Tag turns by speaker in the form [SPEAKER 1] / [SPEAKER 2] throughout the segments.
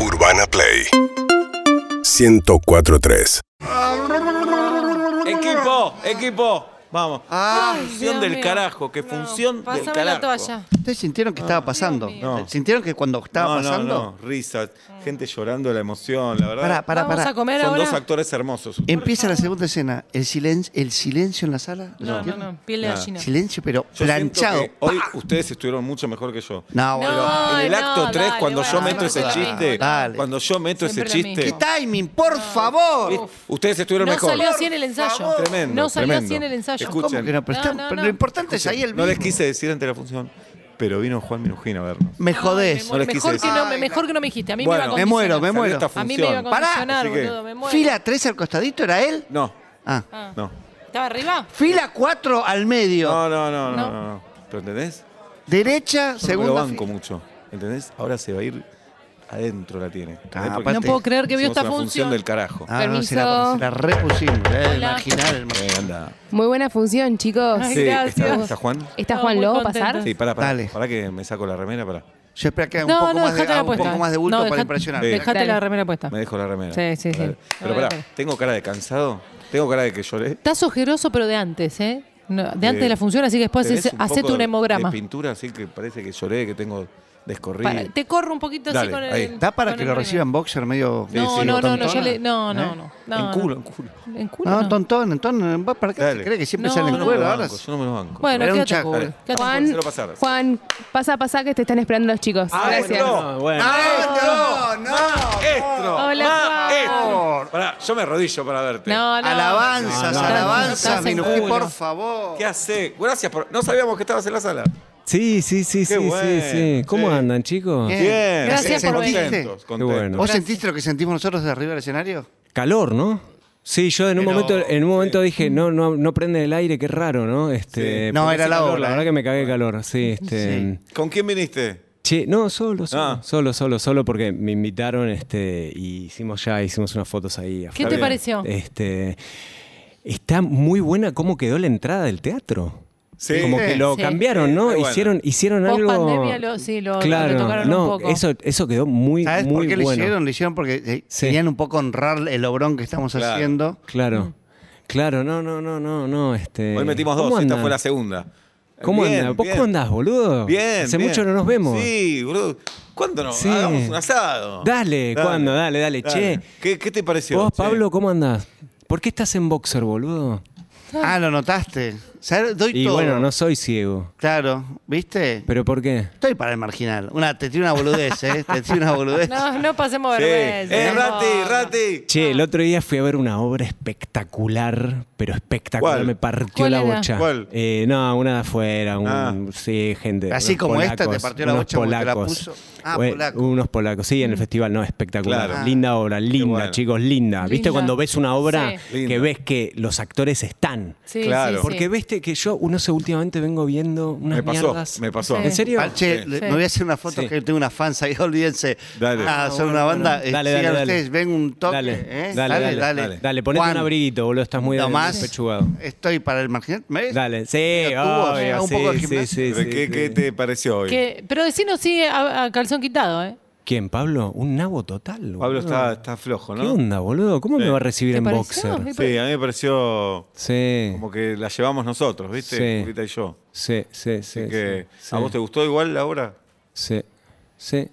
[SPEAKER 1] Urbana Play 104.3
[SPEAKER 2] Equipo, equipo, vamos.
[SPEAKER 3] Ah,
[SPEAKER 4] Ay,
[SPEAKER 2] Función
[SPEAKER 4] Dios
[SPEAKER 2] del
[SPEAKER 4] mío.
[SPEAKER 2] carajo, que función del
[SPEAKER 4] Pásame
[SPEAKER 2] carajo.
[SPEAKER 4] la toalla.
[SPEAKER 3] ¿ustedes sintieron que estaba pasando?
[SPEAKER 4] mío.
[SPEAKER 2] Ah, No.
[SPEAKER 3] ¿Sintieron que cuando estaba
[SPEAKER 2] No, no,
[SPEAKER 3] pasando?
[SPEAKER 2] no, risas, gente llorando de la emoción, la verdad.
[SPEAKER 3] Pará, pará,
[SPEAKER 4] Vamos
[SPEAKER 3] pará.
[SPEAKER 4] a comer
[SPEAKER 2] Son
[SPEAKER 4] ahora.
[SPEAKER 2] dos actores hermosos.
[SPEAKER 3] Empieza la segunda escena. El silencio, el silencio en la sala. ¿lo
[SPEAKER 4] No, no,
[SPEAKER 3] sintieron?
[SPEAKER 4] no. Piel de
[SPEAKER 2] Nada.
[SPEAKER 4] gallina.
[SPEAKER 3] Silencio, pero
[SPEAKER 2] Yo siento
[SPEAKER 3] planchado.
[SPEAKER 2] que Hoy ustedes estuvieron mucho mejor que yo.
[SPEAKER 3] No,
[SPEAKER 4] No.
[SPEAKER 3] boludo.
[SPEAKER 2] en el
[SPEAKER 4] no,
[SPEAKER 2] acto 3,
[SPEAKER 4] dale,
[SPEAKER 2] cuando yo
[SPEAKER 4] bueno,
[SPEAKER 2] meto ese
[SPEAKER 3] dale,
[SPEAKER 2] chiste,
[SPEAKER 3] dale.
[SPEAKER 2] cuando yo meto
[SPEAKER 4] Siempre
[SPEAKER 2] ese
[SPEAKER 4] lo mismo.
[SPEAKER 2] chiste,
[SPEAKER 3] ¡Qué timing, por favor!
[SPEAKER 2] eh, ustedes estuvieron
[SPEAKER 4] No
[SPEAKER 2] mejor.
[SPEAKER 4] salió así en el ensayo.
[SPEAKER 2] Tremendo,
[SPEAKER 4] No salió
[SPEAKER 2] tremendo.
[SPEAKER 4] así en el ensayo.
[SPEAKER 2] Escuchen.
[SPEAKER 3] ¿Cómo que no? Pero,
[SPEAKER 4] No,
[SPEAKER 3] está-
[SPEAKER 4] no,
[SPEAKER 3] pero
[SPEAKER 4] no.
[SPEAKER 3] lo importante es ahí el
[SPEAKER 2] no les
[SPEAKER 3] mismo.
[SPEAKER 2] quise decir ante la función, pero vino Juan Minujino a vernos.
[SPEAKER 3] Me
[SPEAKER 4] Ay,
[SPEAKER 3] jodés.
[SPEAKER 4] me muero.
[SPEAKER 2] No les quise
[SPEAKER 4] mejor, que
[SPEAKER 2] decir.
[SPEAKER 4] no, me- mejor que no me dijiste. A mí
[SPEAKER 2] Bueno.
[SPEAKER 4] me iba a
[SPEAKER 3] Me
[SPEAKER 4] condicionar.
[SPEAKER 3] muero, me
[SPEAKER 2] Salió
[SPEAKER 3] muero.
[SPEAKER 2] esta
[SPEAKER 4] A mí me iba a
[SPEAKER 2] función.
[SPEAKER 3] Pará.
[SPEAKER 4] condicionar,
[SPEAKER 2] Así que-
[SPEAKER 4] boludo. Me muero.
[SPEAKER 3] ¿Fila 3 al costadito era él?
[SPEAKER 2] No,
[SPEAKER 3] Ah.
[SPEAKER 4] Ah.
[SPEAKER 2] no.
[SPEAKER 4] ¿Estaba arriba?
[SPEAKER 3] Fila 4 al medio.
[SPEAKER 2] No, no, no, no,
[SPEAKER 4] No.
[SPEAKER 2] no, no. ¿Pero entendés?
[SPEAKER 3] Derecha,
[SPEAKER 2] Yo no me
[SPEAKER 3] segunda.
[SPEAKER 2] lo
[SPEAKER 3] fi-
[SPEAKER 2] banco mucho. ¿Entendés? Ahora se va a ir adentro la tiene. ¿entendés?
[SPEAKER 3] Ah,
[SPEAKER 2] Porque
[SPEAKER 3] aparte-
[SPEAKER 4] No puedo creer que vio
[SPEAKER 2] hicimos
[SPEAKER 4] esta
[SPEAKER 2] una
[SPEAKER 4] función.
[SPEAKER 2] del carajo.
[SPEAKER 3] Ah, no, se la,
[SPEAKER 5] Permiso.
[SPEAKER 3] se la repusimos. Eh,
[SPEAKER 4] Hola.
[SPEAKER 3] imaginar el
[SPEAKER 2] Eh, anda.
[SPEAKER 5] Muy buena función, chicos.
[SPEAKER 4] Ay,
[SPEAKER 2] Sí,
[SPEAKER 4] gracias.
[SPEAKER 2] ¿está, está Juan?
[SPEAKER 5] ¿Está
[SPEAKER 4] No,
[SPEAKER 5] Juan
[SPEAKER 4] muy
[SPEAKER 5] Lobo a
[SPEAKER 4] contenta.
[SPEAKER 5] pasar?
[SPEAKER 2] Sí, pará, pará.
[SPEAKER 3] Dale.
[SPEAKER 2] Pará que me saco la remera, pará.
[SPEAKER 3] Yo espero que haga un,
[SPEAKER 4] No,
[SPEAKER 3] poco,
[SPEAKER 4] no,
[SPEAKER 3] más de,
[SPEAKER 4] dejate la
[SPEAKER 3] haga un
[SPEAKER 4] puesta.
[SPEAKER 3] poco más de bulto
[SPEAKER 4] No,
[SPEAKER 3] para
[SPEAKER 4] dejá-
[SPEAKER 3] impresionar.
[SPEAKER 2] Sí.
[SPEAKER 4] Dejate
[SPEAKER 5] Dale.
[SPEAKER 4] la remera puesta.
[SPEAKER 2] Me dejo la remera.
[SPEAKER 5] Sí, sí, sí.
[SPEAKER 2] Dale. Pero
[SPEAKER 4] No,
[SPEAKER 2] pará,
[SPEAKER 4] dejala.
[SPEAKER 2] ¿tengo cara de cansado? ¿Tengo cara de que lloré?
[SPEAKER 4] Estás ojeroso, pero de antes, ¿eh? No, de
[SPEAKER 2] Eh,
[SPEAKER 4] antes de la función, así que después
[SPEAKER 2] ¿Tenés
[SPEAKER 4] haces-
[SPEAKER 2] un
[SPEAKER 4] Pues hacete
[SPEAKER 2] poco
[SPEAKER 4] un hemograma.
[SPEAKER 2] De pintura, así que parece que lloré, que tengo descorrido.
[SPEAKER 4] Para- te corro un poquito así
[SPEAKER 2] Dale,
[SPEAKER 4] con el.
[SPEAKER 2] ahí.
[SPEAKER 3] ¿Da para
[SPEAKER 4] con
[SPEAKER 3] que
[SPEAKER 4] el
[SPEAKER 3] lo
[SPEAKER 4] rímel.
[SPEAKER 3] reciban boxer medio.?
[SPEAKER 2] Sí,
[SPEAKER 4] No,
[SPEAKER 2] sí,
[SPEAKER 4] no, no, no,
[SPEAKER 3] tontona?
[SPEAKER 4] yo le. No,
[SPEAKER 3] ¿Eh?
[SPEAKER 4] no, no. no,
[SPEAKER 2] en
[SPEAKER 4] no.
[SPEAKER 2] culo, en culo.
[SPEAKER 4] En culo.
[SPEAKER 3] No,
[SPEAKER 4] no.
[SPEAKER 3] tontón, tontón. ¿va ¿Para qué
[SPEAKER 2] Dale.
[SPEAKER 3] se cree que siempre
[SPEAKER 4] No,
[SPEAKER 3] sale
[SPEAKER 2] Yo
[SPEAKER 3] en el
[SPEAKER 2] no me
[SPEAKER 3] cuero?
[SPEAKER 2] lo
[SPEAKER 3] Ahora
[SPEAKER 2] banco, yo no me lo banco.
[SPEAKER 4] Bueno,
[SPEAKER 3] Era un
[SPEAKER 4] quédate a
[SPEAKER 3] chaco.
[SPEAKER 4] culo,
[SPEAKER 2] Dale.
[SPEAKER 4] quédate a culo.
[SPEAKER 5] Juan,
[SPEAKER 2] Cero pasar.
[SPEAKER 5] Juan, pasa, pasa que te están esperando los chicos. Gracias.
[SPEAKER 2] ¡Maestro!
[SPEAKER 3] ¡Ah, no, no!
[SPEAKER 2] ¡Maestro!
[SPEAKER 4] Hola,
[SPEAKER 2] ¡Maestro! Pará, yo me rodillo para verte.
[SPEAKER 4] No, no.
[SPEAKER 3] Alabanzas,
[SPEAKER 4] No, no,
[SPEAKER 3] alabanzas,
[SPEAKER 4] estás en
[SPEAKER 3] Minují,
[SPEAKER 4] culo.
[SPEAKER 3] por favor.
[SPEAKER 2] ¿Qué hace? Gracias por. No sabíamos que estabas en la sala.
[SPEAKER 6] Sí, sí, sí,
[SPEAKER 2] Qué
[SPEAKER 6] sí,
[SPEAKER 2] bueno,
[SPEAKER 6] sí, sí. ¿Cómo
[SPEAKER 2] sí.
[SPEAKER 6] andan, chicos?
[SPEAKER 4] Eh.
[SPEAKER 3] Bien.
[SPEAKER 2] Bien.
[SPEAKER 4] Gracias
[SPEAKER 2] bien,
[SPEAKER 4] por venir.
[SPEAKER 2] contentos,
[SPEAKER 6] Qué bueno.
[SPEAKER 3] ¿Vos
[SPEAKER 2] contentos.
[SPEAKER 3] sentiste lo que sentimos nosotros de arriba del escenario?
[SPEAKER 6] Calor, ¿no? Sí, yo en un
[SPEAKER 2] Pero-
[SPEAKER 6] momento, en un momento dije, no, no, no prende el aire, qué raro, ¿no? Este,
[SPEAKER 3] Sí. No,
[SPEAKER 6] porque
[SPEAKER 3] era
[SPEAKER 6] hace
[SPEAKER 3] la
[SPEAKER 6] calor,
[SPEAKER 3] hora,
[SPEAKER 6] La
[SPEAKER 3] ¿eh?
[SPEAKER 6] verdad que me cagué de calor, sí, este.
[SPEAKER 2] ¿Con quién viniste?
[SPEAKER 6] Che, no, solo, solo,
[SPEAKER 2] Ah.
[SPEAKER 6] solo, solo, solo, porque me invitaron, este, y hicimos ya, hicimos unas fotos ahí.
[SPEAKER 4] ¿Qué
[SPEAKER 6] afuera.
[SPEAKER 4] te
[SPEAKER 2] bien.
[SPEAKER 4] pareció?
[SPEAKER 6] Este, está muy buena cómo quedó la entrada del teatro.
[SPEAKER 2] Sí.
[SPEAKER 6] Como que lo
[SPEAKER 4] Sí.
[SPEAKER 6] cambiaron, ¿no?
[SPEAKER 2] Qué bueno.
[SPEAKER 6] Hicieron, hicieron
[SPEAKER 4] Post
[SPEAKER 6] algo.
[SPEAKER 4] pandemia lo- sí, lo- lo
[SPEAKER 6] claro,
[SPEAKER 4] retocaron un
[SPEAKER 6] no,
[SPEAKER 4] poco.
[SPEAKER 6] Eso, eso quedó muy,
[SPEAKER 3] ¿Sabés
[SPEAKER 6] muy
[SPEAKER 3] por qué lo
[SPEAKER 6] bueno.
[SPEAKER 3] hicieron? Lo hicieron porque eh,
[SPEAKER 6] Sí.
[SPEAKER 3] querían un poco honrar el obrón que estamos
[SPEAKER 2] Claro.
[SPEAKER 3] haciendo.
[SPEAKER 6] Claro, claro, no, no, no, no, no. Este,
[SPEAKER 2] Mm. Hoy metimos
[SPEAKER 6] ¿cómo
[SPEAKER 2] dos, esta
[SPEAKER 6] andan?
[SPEAKER 2] fue la segunda.
[SPEAKER 6] ¿Cómo
[SPEAKER 2] Bien,
[SPEAKER 6] andas? ¿Vos
[SPEAKER 2] bien.
[SPEAKER 6] cómo andás, boludo?
[SPEAKER 2] Bien.
[SPEAKER 6] Hace
[SPEAKER 2] bien.
[SPEAKER 6] mucho no nos vemos.
[SPEAKER 2] Sí, boludo. ¿Cuándo nos
[SPEAKER 6] Sí.
[SPEAKER 2] hagamos un asado?
[SPEAKER 6] Dale, ¿cuándo? Dale, dale, che.
[SPEAKER 2] ¿Qué, qué te pareció?
[SPEAKER 6] Vos,
[SPEAKER 2] che?
[SPEAKER 6] Pablo, ¿cómo andás? ¿Por qué estás en boxer, boludo?
[SPEAKER 3] Ah, lo notaste. ¿Sabés? Doy
[SPEAKER 6] Y
[SPEAKER 3] todo.
[SPEAKER 6] bueno, no soy ciego.
[SPEAKER 3] Claro, ¿viste?
[SPEAKER 6] ¿Pero por qué?
[SPEAKER 3] Estoy para el marginal. Una, te tiro una boludez, ¿eh? Te tiro una boludez.
[SPEAKER 4] No, no pasemos
[SPEAKER 2] Sí.
[SPEAKER 4] vergüenza.
[SPEAKER 2] ¡Eh,
[SPEAKER 4] no.
[SPEAKER 2] Rati, Rati!
[SPEAKER 6] Che,
[SPEAKER 4] Ah.
[SPEAKER 6] el otro día fui a ver una obra espectacular, pero espectacular,
[SPEAKER 2] ¿Cuál?
[SPEAKER 6] me partió
[SPEAKER 4] ¿Cuál
[SPEAKER 6] la
[SPEAKER 4] era?
[SPEAKER 6] bocha.
[SPEAKER 2] ¿Cuál?
[SPEAKER 6] Eh, no, una de afuera, un,
[SPEAKER 2] Ah.
[SPEAKER 6] sí, gente.
[SPEAKER 3] Así
[SPEAKER 6] unos
[SPEAKER 3] como esta, te
[SPEAKER 6] polacos,
[SPEAKER 3] partió la
[SPEAKER 6] unos
[SPEAKER 3] bocha como te la
[SPEAKER 6] polacos.
[SPEAKER 3] puso. Ah,
[SPEAKER 6] Bueno,
[SPEAKER 3] polaco. Ah.
[SPEAKER 6] Unos polacos, sí,
[SPEAKER 4] Mm.
[SPEAKER 6] en el festival, no, espectacular.
[SPEAKER 2] Claro.
[SPEAKER 6] Linda obra, linda,
[SPEAKER 2] bueno.
[SPEAKER 6] chicos, linda. ¿Viste
[SPEAKER 4] Linda.
[SPEAKER 6] cuando ves una obra
[SPEAKER 4] Sí.
[SPEAKER 2] Linda.
[SPEAKER 6] que ves que los actores están?
[SPEAKER 4] Sí,
[SPEAKER 2] Claro.
[SPEAKER 4] sí, sí.
[SPEAKER 6] Porque viste que yo, no sé, últimamente vengo viendo unas
[SPEAKER 2] Me pasó,
[SPEAKER 6] mierdas.
[SPEAKER 2] me pasó.
[SPEAKER 4] Sí.
[SPEAKER 6] ¿En serio?
[SPEAKER 3] Ah, che,
[SPEAKER 2] Sí.
[SPEAKER 3] le-
[SPEAKER 4] Sí.
[SPEAKER 3] me voy a hacer una foto
[SPEAKER 6] Sí.
[SPEAKER 3] que tengo una fans ahí, olvídense.
[SPEAKER 2] Dale.
[SPEAKER 3] Ah,
[SPEAKER 6] Ah,
[SPEAKER 3] son
[SPEAKER 6] bueno,
[SPEAKER 3] una banda.
[SPEAKER 6] bueno.
[SPEAKER 3] eh,
[SPEAKER 6] Dale,
[SPEAKER 3] sigan
[SPEAKER 6] dale, dale.
[SPEAKER 3] ustedes, ven un toque.
[SPEAKER 6] Dale,
[SPEAKER 3] ¿eh?
[SPEAKER 6] dale, dale, dale,
[SPEAKER 3] dale.
[SPEAKER 6] dale, ponete
[SPEAKER 3] Juan,
[SPEAKER 6] un abriguito, boludo, estás muy
[SPEAKER 3] Tomás.
[SPEAKER 6] despechugado.
[SPEAKER 3] Estoy para el marginal. ¿Me ves?
[SPEAKER 6] Dale, sí,
[SPEAKER 3] Pero tuvo,
[SPEAKER 6] obvio,
[SPEAKER 3] haga un poco de
[SPEAKER 6] sí, sí,
[SPEAKER 3] gimnasia.
[SPEAKER 6] sí,
[SPEAKER 2] Pero
[SPEAKER 6] sí,
[SPEAKER 2] ¿Qué,
[SPEAKER 6] sí.
[SPEAKER 2] qué te pareció hoy?
[SPEAKER 4] Que- pero decinos sí a, a calzón quitado, ¿eh?
[SPEAKER 6] ¿Quién, Pablo? Un nabo total, boludo.
[SPEAKER 2] Pablo está, está flojo,
[SPEAKER 6] ¿Qué
[SPEAKER 2] ¿no?
[SPEAKER 6] onda, boludo? ¿Cómo
[SPEAKER 2] Sí.
[SPEAKER 6] me va a recibir
[SPEAKER 4] ¿Te
[SPEAKER 6] en
[SPEAKER 4] pareció?
[SPEAKER 6] boxer?
[SPEAKER 2] Sí, a mí me pareció
[SPEAKER 6] Sí.
[SPEAKER 2] como que la llevamos nosotros, ¿viste?
[SPEAKER 6] Sí.
[SPEAKER 2] Rita y yo.
[SPEAKER 6] Sí, sí, sí.
[SPEAKER 2] Así que,
[SPEAKER 6] sí, sí.
[SPEAKER 2] ¿a vos te gustó igual la obra?
[SPEAKER 6] Sí, sí.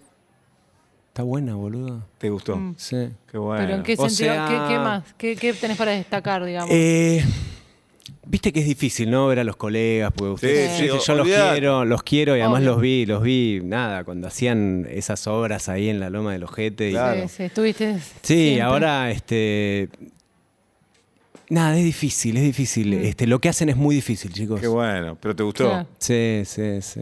[SPEAKER 6] Está buena, boludo.
[SPEAKER 2] ¿Te gustó?
[SPEAKER 6] Sí.
[SPEAKER 2] Qué bueno.
[SPEAKER 4] Mm. Pero en qué
[SPEAKER 6] o
[SPEAKER 4] sentido,
[SPEAKER 6] sea-
[SPEAKER 4] ¿qué, qué más? ¿Qué, qué tenés para destacar, digamos?
[SPEAKER 6] Eh, Viste que es difícil, ¿no? Ver a los colegas, porque ustedes,
[SPEAKER 2] sí,
[SPEAKER 6] yo- yo los
[SPEAKER 2] olvidate.
[SPEAKER 6] quiero, los quiero y además
[SPEAKER 4] Obvio.
[SPEAKER 6] los vi, los vi, nada, cuando hacían esas obras ahí en la loma del ojete. y-
[SPEAKER 2] Claro.
[SPEAKER 4] Sí, sí, estuviste.
[SPEAKER 6] Sí,
[SPEAKER 4] siempre.
[SPEAKER 6] ahora este. Nada, es difícil, es difícil.
[SPEAKER 4] Mm.
[SPEAKER 6] Este, lo que hacen es muy difícil, chicos.
[SPEAKER 2] Qué bueno. ¿Pero te gustó?
[SPEAKER 4] Claro.
[SPEAKER 6] Sí, sí, sí.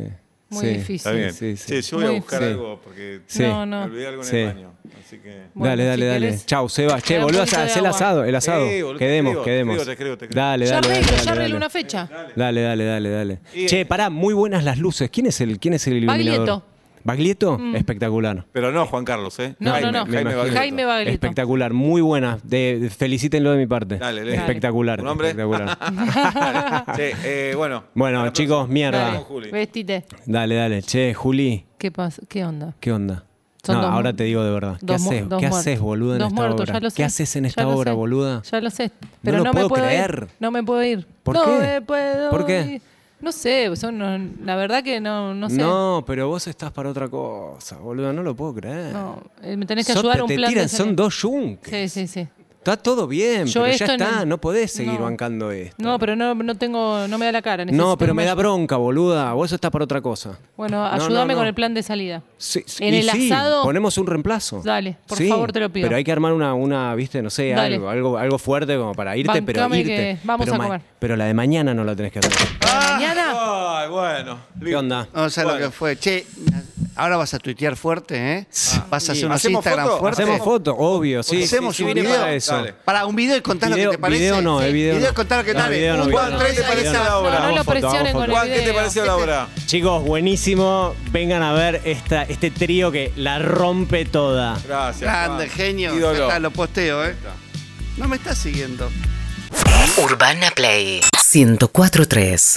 [SPEAKER 4] Muy
[SPEAKER 6] Sí,
[SPEAKER 4] difícil.
[SPEAKER 2] Está bien.
[SPEAKER 6] Sí, sí.
[SPEAKER 2] Che, yo voy a
[SPEAKER 4] Muy-
[SPEAKER 2] buscar
[SPEAKER 6] Sí.
[SPEAKER 2] algo porque
[SPEAKER 6] Sí.
[SPEAKER 4] No, no.
[SPEAKER 2] me olvidé algo en
[SPEAKER 6] Sí.
[SPEAKER 2] el baño. Así que.
[SPEAKER 4] Bueno,
[SPEAKER 6] dale, dale,
[SPEAKER 4] si
[SPEAKER 6] dale.
[SPEAKER 4] querés-
[SPEAKER 6] Chau, Seba. Che,
[SPEAKER 4] Queda un
[SPEAKER 6] volvás
[SPEAKER 4] poquito
[SPEAKER 6] a
[SPEAKER 4] de
[SPEAKER 6] hacer el
[SPEAKER 4] agua.
[SPEAKER 6] asado, el asado.
[SPEAKER 2] Sí, boludo, te
[SPEAKER 6] quedemos,
[SPEAKER 2] escribo, te
[SPEAKER 6] quedemos.
[SPEAKER 2] escribo, te escribo, te escribo.
[SPEAKER 6] Dale,
[SPEAKER 4] ya
[SPEAKER 6] dale.
[SPEAKER 4] arreglo, ya
[SPEAKER 6] dale, dale,
[SPEAKER 4] arreglo
[SPEAKER 6] dale.
[SPEAKER 4] una fecha.
[SPEAKER 6] Dale, dale, dale, dale.
[SPEAKER 2] Y-
[SPEAKER 6] Che, pará, muy buenas las luces. ¿Quién es el, quién es el iluminador?
[SPEAKER 4] Baglietto. Mm.
[SPEAKER 6] ¿Baglietto? Espectacular.
[SPEAKER 2] Pero no, Juan Carlos, ¿eh?
[SPEAKER 4] No,
[SPEAKER 2] Jaime,
[SPEAKER 4] no, no.
[SPEAKER 6] me
[SPEAKER 2] Jaime
[SPEAKER 6] imagino.
[SPEAKER 2] Baglietto.
[SPEAKER 4] Jaime Baglietto.
[SPEAKER 6] Espectacular, muy buena. De, de- felicítenlo de mi parte.
[SPEAKER 2] Dale, Leo.
[SPEAKER 6] Espectacular.
[SPEAKER 2] ¿Tu nombre?
[SPEAKER 6] Espectacular.
[SPEAKER 2] Che, eh, bueno.
[SPEAKER 6] Bueno,
[SPEAKER 2] Hasta la
[SPEAKER 6] chicos,
[SPEAKER 2] próxima.
[SPEAKER 6] mierda.
[SPEAKER 2] Dale,
[SPEAKER 4] Dale,
[SPEAKER 2] Juli.
[SPEAKER 4] vestite.
[SPEAKER 6] Dale, dale. Che, Juli,
[SPEAKER 4] ¿Qué pasa? ¿Qué onda?
[SPEAKER 6] ¿qué onda?
[SPEAKER 4] Son
[SPEAKER 6] no,
[SPEAKER 4] dos mu-
[SPEAKER 6] ahora te digo de verdad. ¿Qué
[SPEAKER 4] dos mu-
[SPEAKER 6] haces?
[SPEAKER 4] dos
[SPEAKER 6] ¿Qué
[SPEAKER 4] muertos.
[SPEAKER 6] haces, boluda, en
[SPEAKER 4] Dos
[SPEAKER 6] esta
[SPEAKER 4] muertos,
[SPEAKER 6] obra?
[SPEAKER 4] ya lo
[SPEAKER 6] ¿Qué
[SPEAKER 4] sé,
[SPEAKER 6] haces en
[SPEAKER 4] ya
[SPEAKER 6] esta
[SPEAKER 4] lo
[SPEAKER 6] obra,
[SPEAKER 4] sé,
[SPEAKER 6] boluda?
[SPEAKER 4] Ya lo sé. Pero
[SPEAKER 6] lo
[SPEAKER 4] no,
[SPEAKER 6] puedo
[SPEAKER 4] me puedo
[SPEAKER 6] creer.
[SPEAKER 4] ir. No me puedo ir.
[SPEAKER 6] ¿Por
[SPEAKER 4] no
[SPEAKER 6] qué?
[SPEAKER 4] me puedo
[SPEAKER 6] ¿Por qué?
[SPEAKER 4] ir. No sé, son unos- la verdad que no, no sé.
[SPEAKER 6] No, pero vos estás para otra cosa, boluda. No lo puedo creer.
[SPEAKER 4] No, eh, me tenés que
[SPEAKER 6] Sos-
[SPEAKER 4] ayudar
[SPEAKER 6] te
[SPEAKER 4] a un plan. de
[SPEAKER 6] tiran,
[SPEAKER 4] salida.
[SPEAKER 6] son dos yunques.
[SPEAKER 4] Sí, sí, sí.
[SPEAKER 6] Está todo bien,
[SPEAKER 4] Yo
[SPEAKER 6] pero
[SPEAKER 4] esto
[SPEAKER 6] ya
[SPEAKER 4] en
[SPEAKER 6] está.
[SPEAKER 4] el-
[SPEAKER 6] No podés seguir
[SPEAKER 4] No.
[SPEAKER 6] bancando esto.
[SPEAKER 4] No, pero no, no tengo, no me da la cara. necesito
[SPEAKER 6] No, pero
[SPEAKER 4] que
[SPEAKER 6] me da
[SPEAKER 4] ayude.
[SPEAKER 6] bronca, boluda. Vos estás para otra cosa.
[SPEAKER 4] Bueno,
[SPEAKER 6] No, no,
[SPEAKER 4] ayúdame
[SPEAKER 6] no.
[SPEAKER 4] con el plan de salida.
[SPEAKER 6] Sí, sí,
[SPEAKER 4] En
[SPEAKER 6] y
[SPEAKER 4] el
[SPEAKER 6] sí,
[SPEAKER 4] asado-
[SPEAKER 6] Ponemos un reemplazo.
[SPEAKER 4] Dale, por
[SPEAKER 6] Sí,
[SPEAKER 4] favor, te lo pido.
[SPEAKER 6] Pero hay que armar una, una viste, no sé,
[SPEAKER 4] Dale.
[SPEAKER 6] algo, algo, algo fuerte como para irte, pero
[SPEAKER 4] Bancame
[SPEAKER 6] irte.
[SPEAKER 4] que vamos
[SPEAKER 6] Pero
[SPEAKER 4] a
[SPEAKER 6] ma-
[SPEAKER 4] comer.
[SPEAKER 6] Pero la de mañana no la tenés que hacer.
[SPEAKER 4] Mañana.
[SPEAKER 2] Ay, bueno.
[SPEAKER 6] ¿Qué onda?
[SPEAKER 3] No sabes lo que fue. Che, ahora vas a tuitear fuerte, ¿eh? Vas a hacer unos
[SPEAKER 2] ¿Hacemos
[SPEAKER 3] Instagram
[SPEAKER 2] foto?
[SPEAKER 3] fuertes.
[SPEAKER 6] Hacemos fotos, obvio, sí.
[SPEAKER 3] Hacemos
[SPEAKER 6] sí, sí,
[SPEAKER 3] un
[SPEAKER 6] vine
[SPEAKER 3] video.
[SPEAKER 6] para eso.
[SPEAKER 2] Dale.
[SPEAKER 3] Para un video y contar lo
[SPEAKER 6] Video-
[SPEAKER 3] que te parece.
[SPEAKER 6] video no, eh, video no.
[SPEAKER 3] y contar lo que
[SPEAKER 6] No,
[SPEAKER 3] tal.
[SPEAKER 6] video no,
[SPEAKER 3] Un,
[SPEAKER 6] video
[SPEAKER 3] dos,
[SPEAKER 6] no.
[SPEAKER 3] tres,
[SPEAKER 2] ¿Qué te
[SPEAKER 3] ahí
[SPEAKER 2] parece
[SPEAKER 3] está.
[SPEAKER 2] la obra?
[SPEAKER 4] No, no lo
[SPEAKER 6] Hagamos foto,
[SPEAKER 4] presionen
[SPEAKER 6] hagamos
[SPEAKER 4] con
[SPEAKER 6] foto.
[SPEAKER 4] el
[SPEAKER 2] Juan, ¿qué
[SPEAKER 4] video.
[SPEAKER 2] te pareció la obra?
[SPEAKER 6] Chicos, buenísimo. Vengan a ver esta, este trío que la rompe toda.
[SPEAKER 2] Gracias.
[SPEAKER 3] Grande,
[SPEAKER 2] Juan.
[SPEAKER 3] genio. Ya
[SPEAKER 2] Ídolo.
[SPEAKER 3] está, lo posteo, ¿eh? No me estás siguiendo.
[SPEAKER 1] Urbana Play 104.3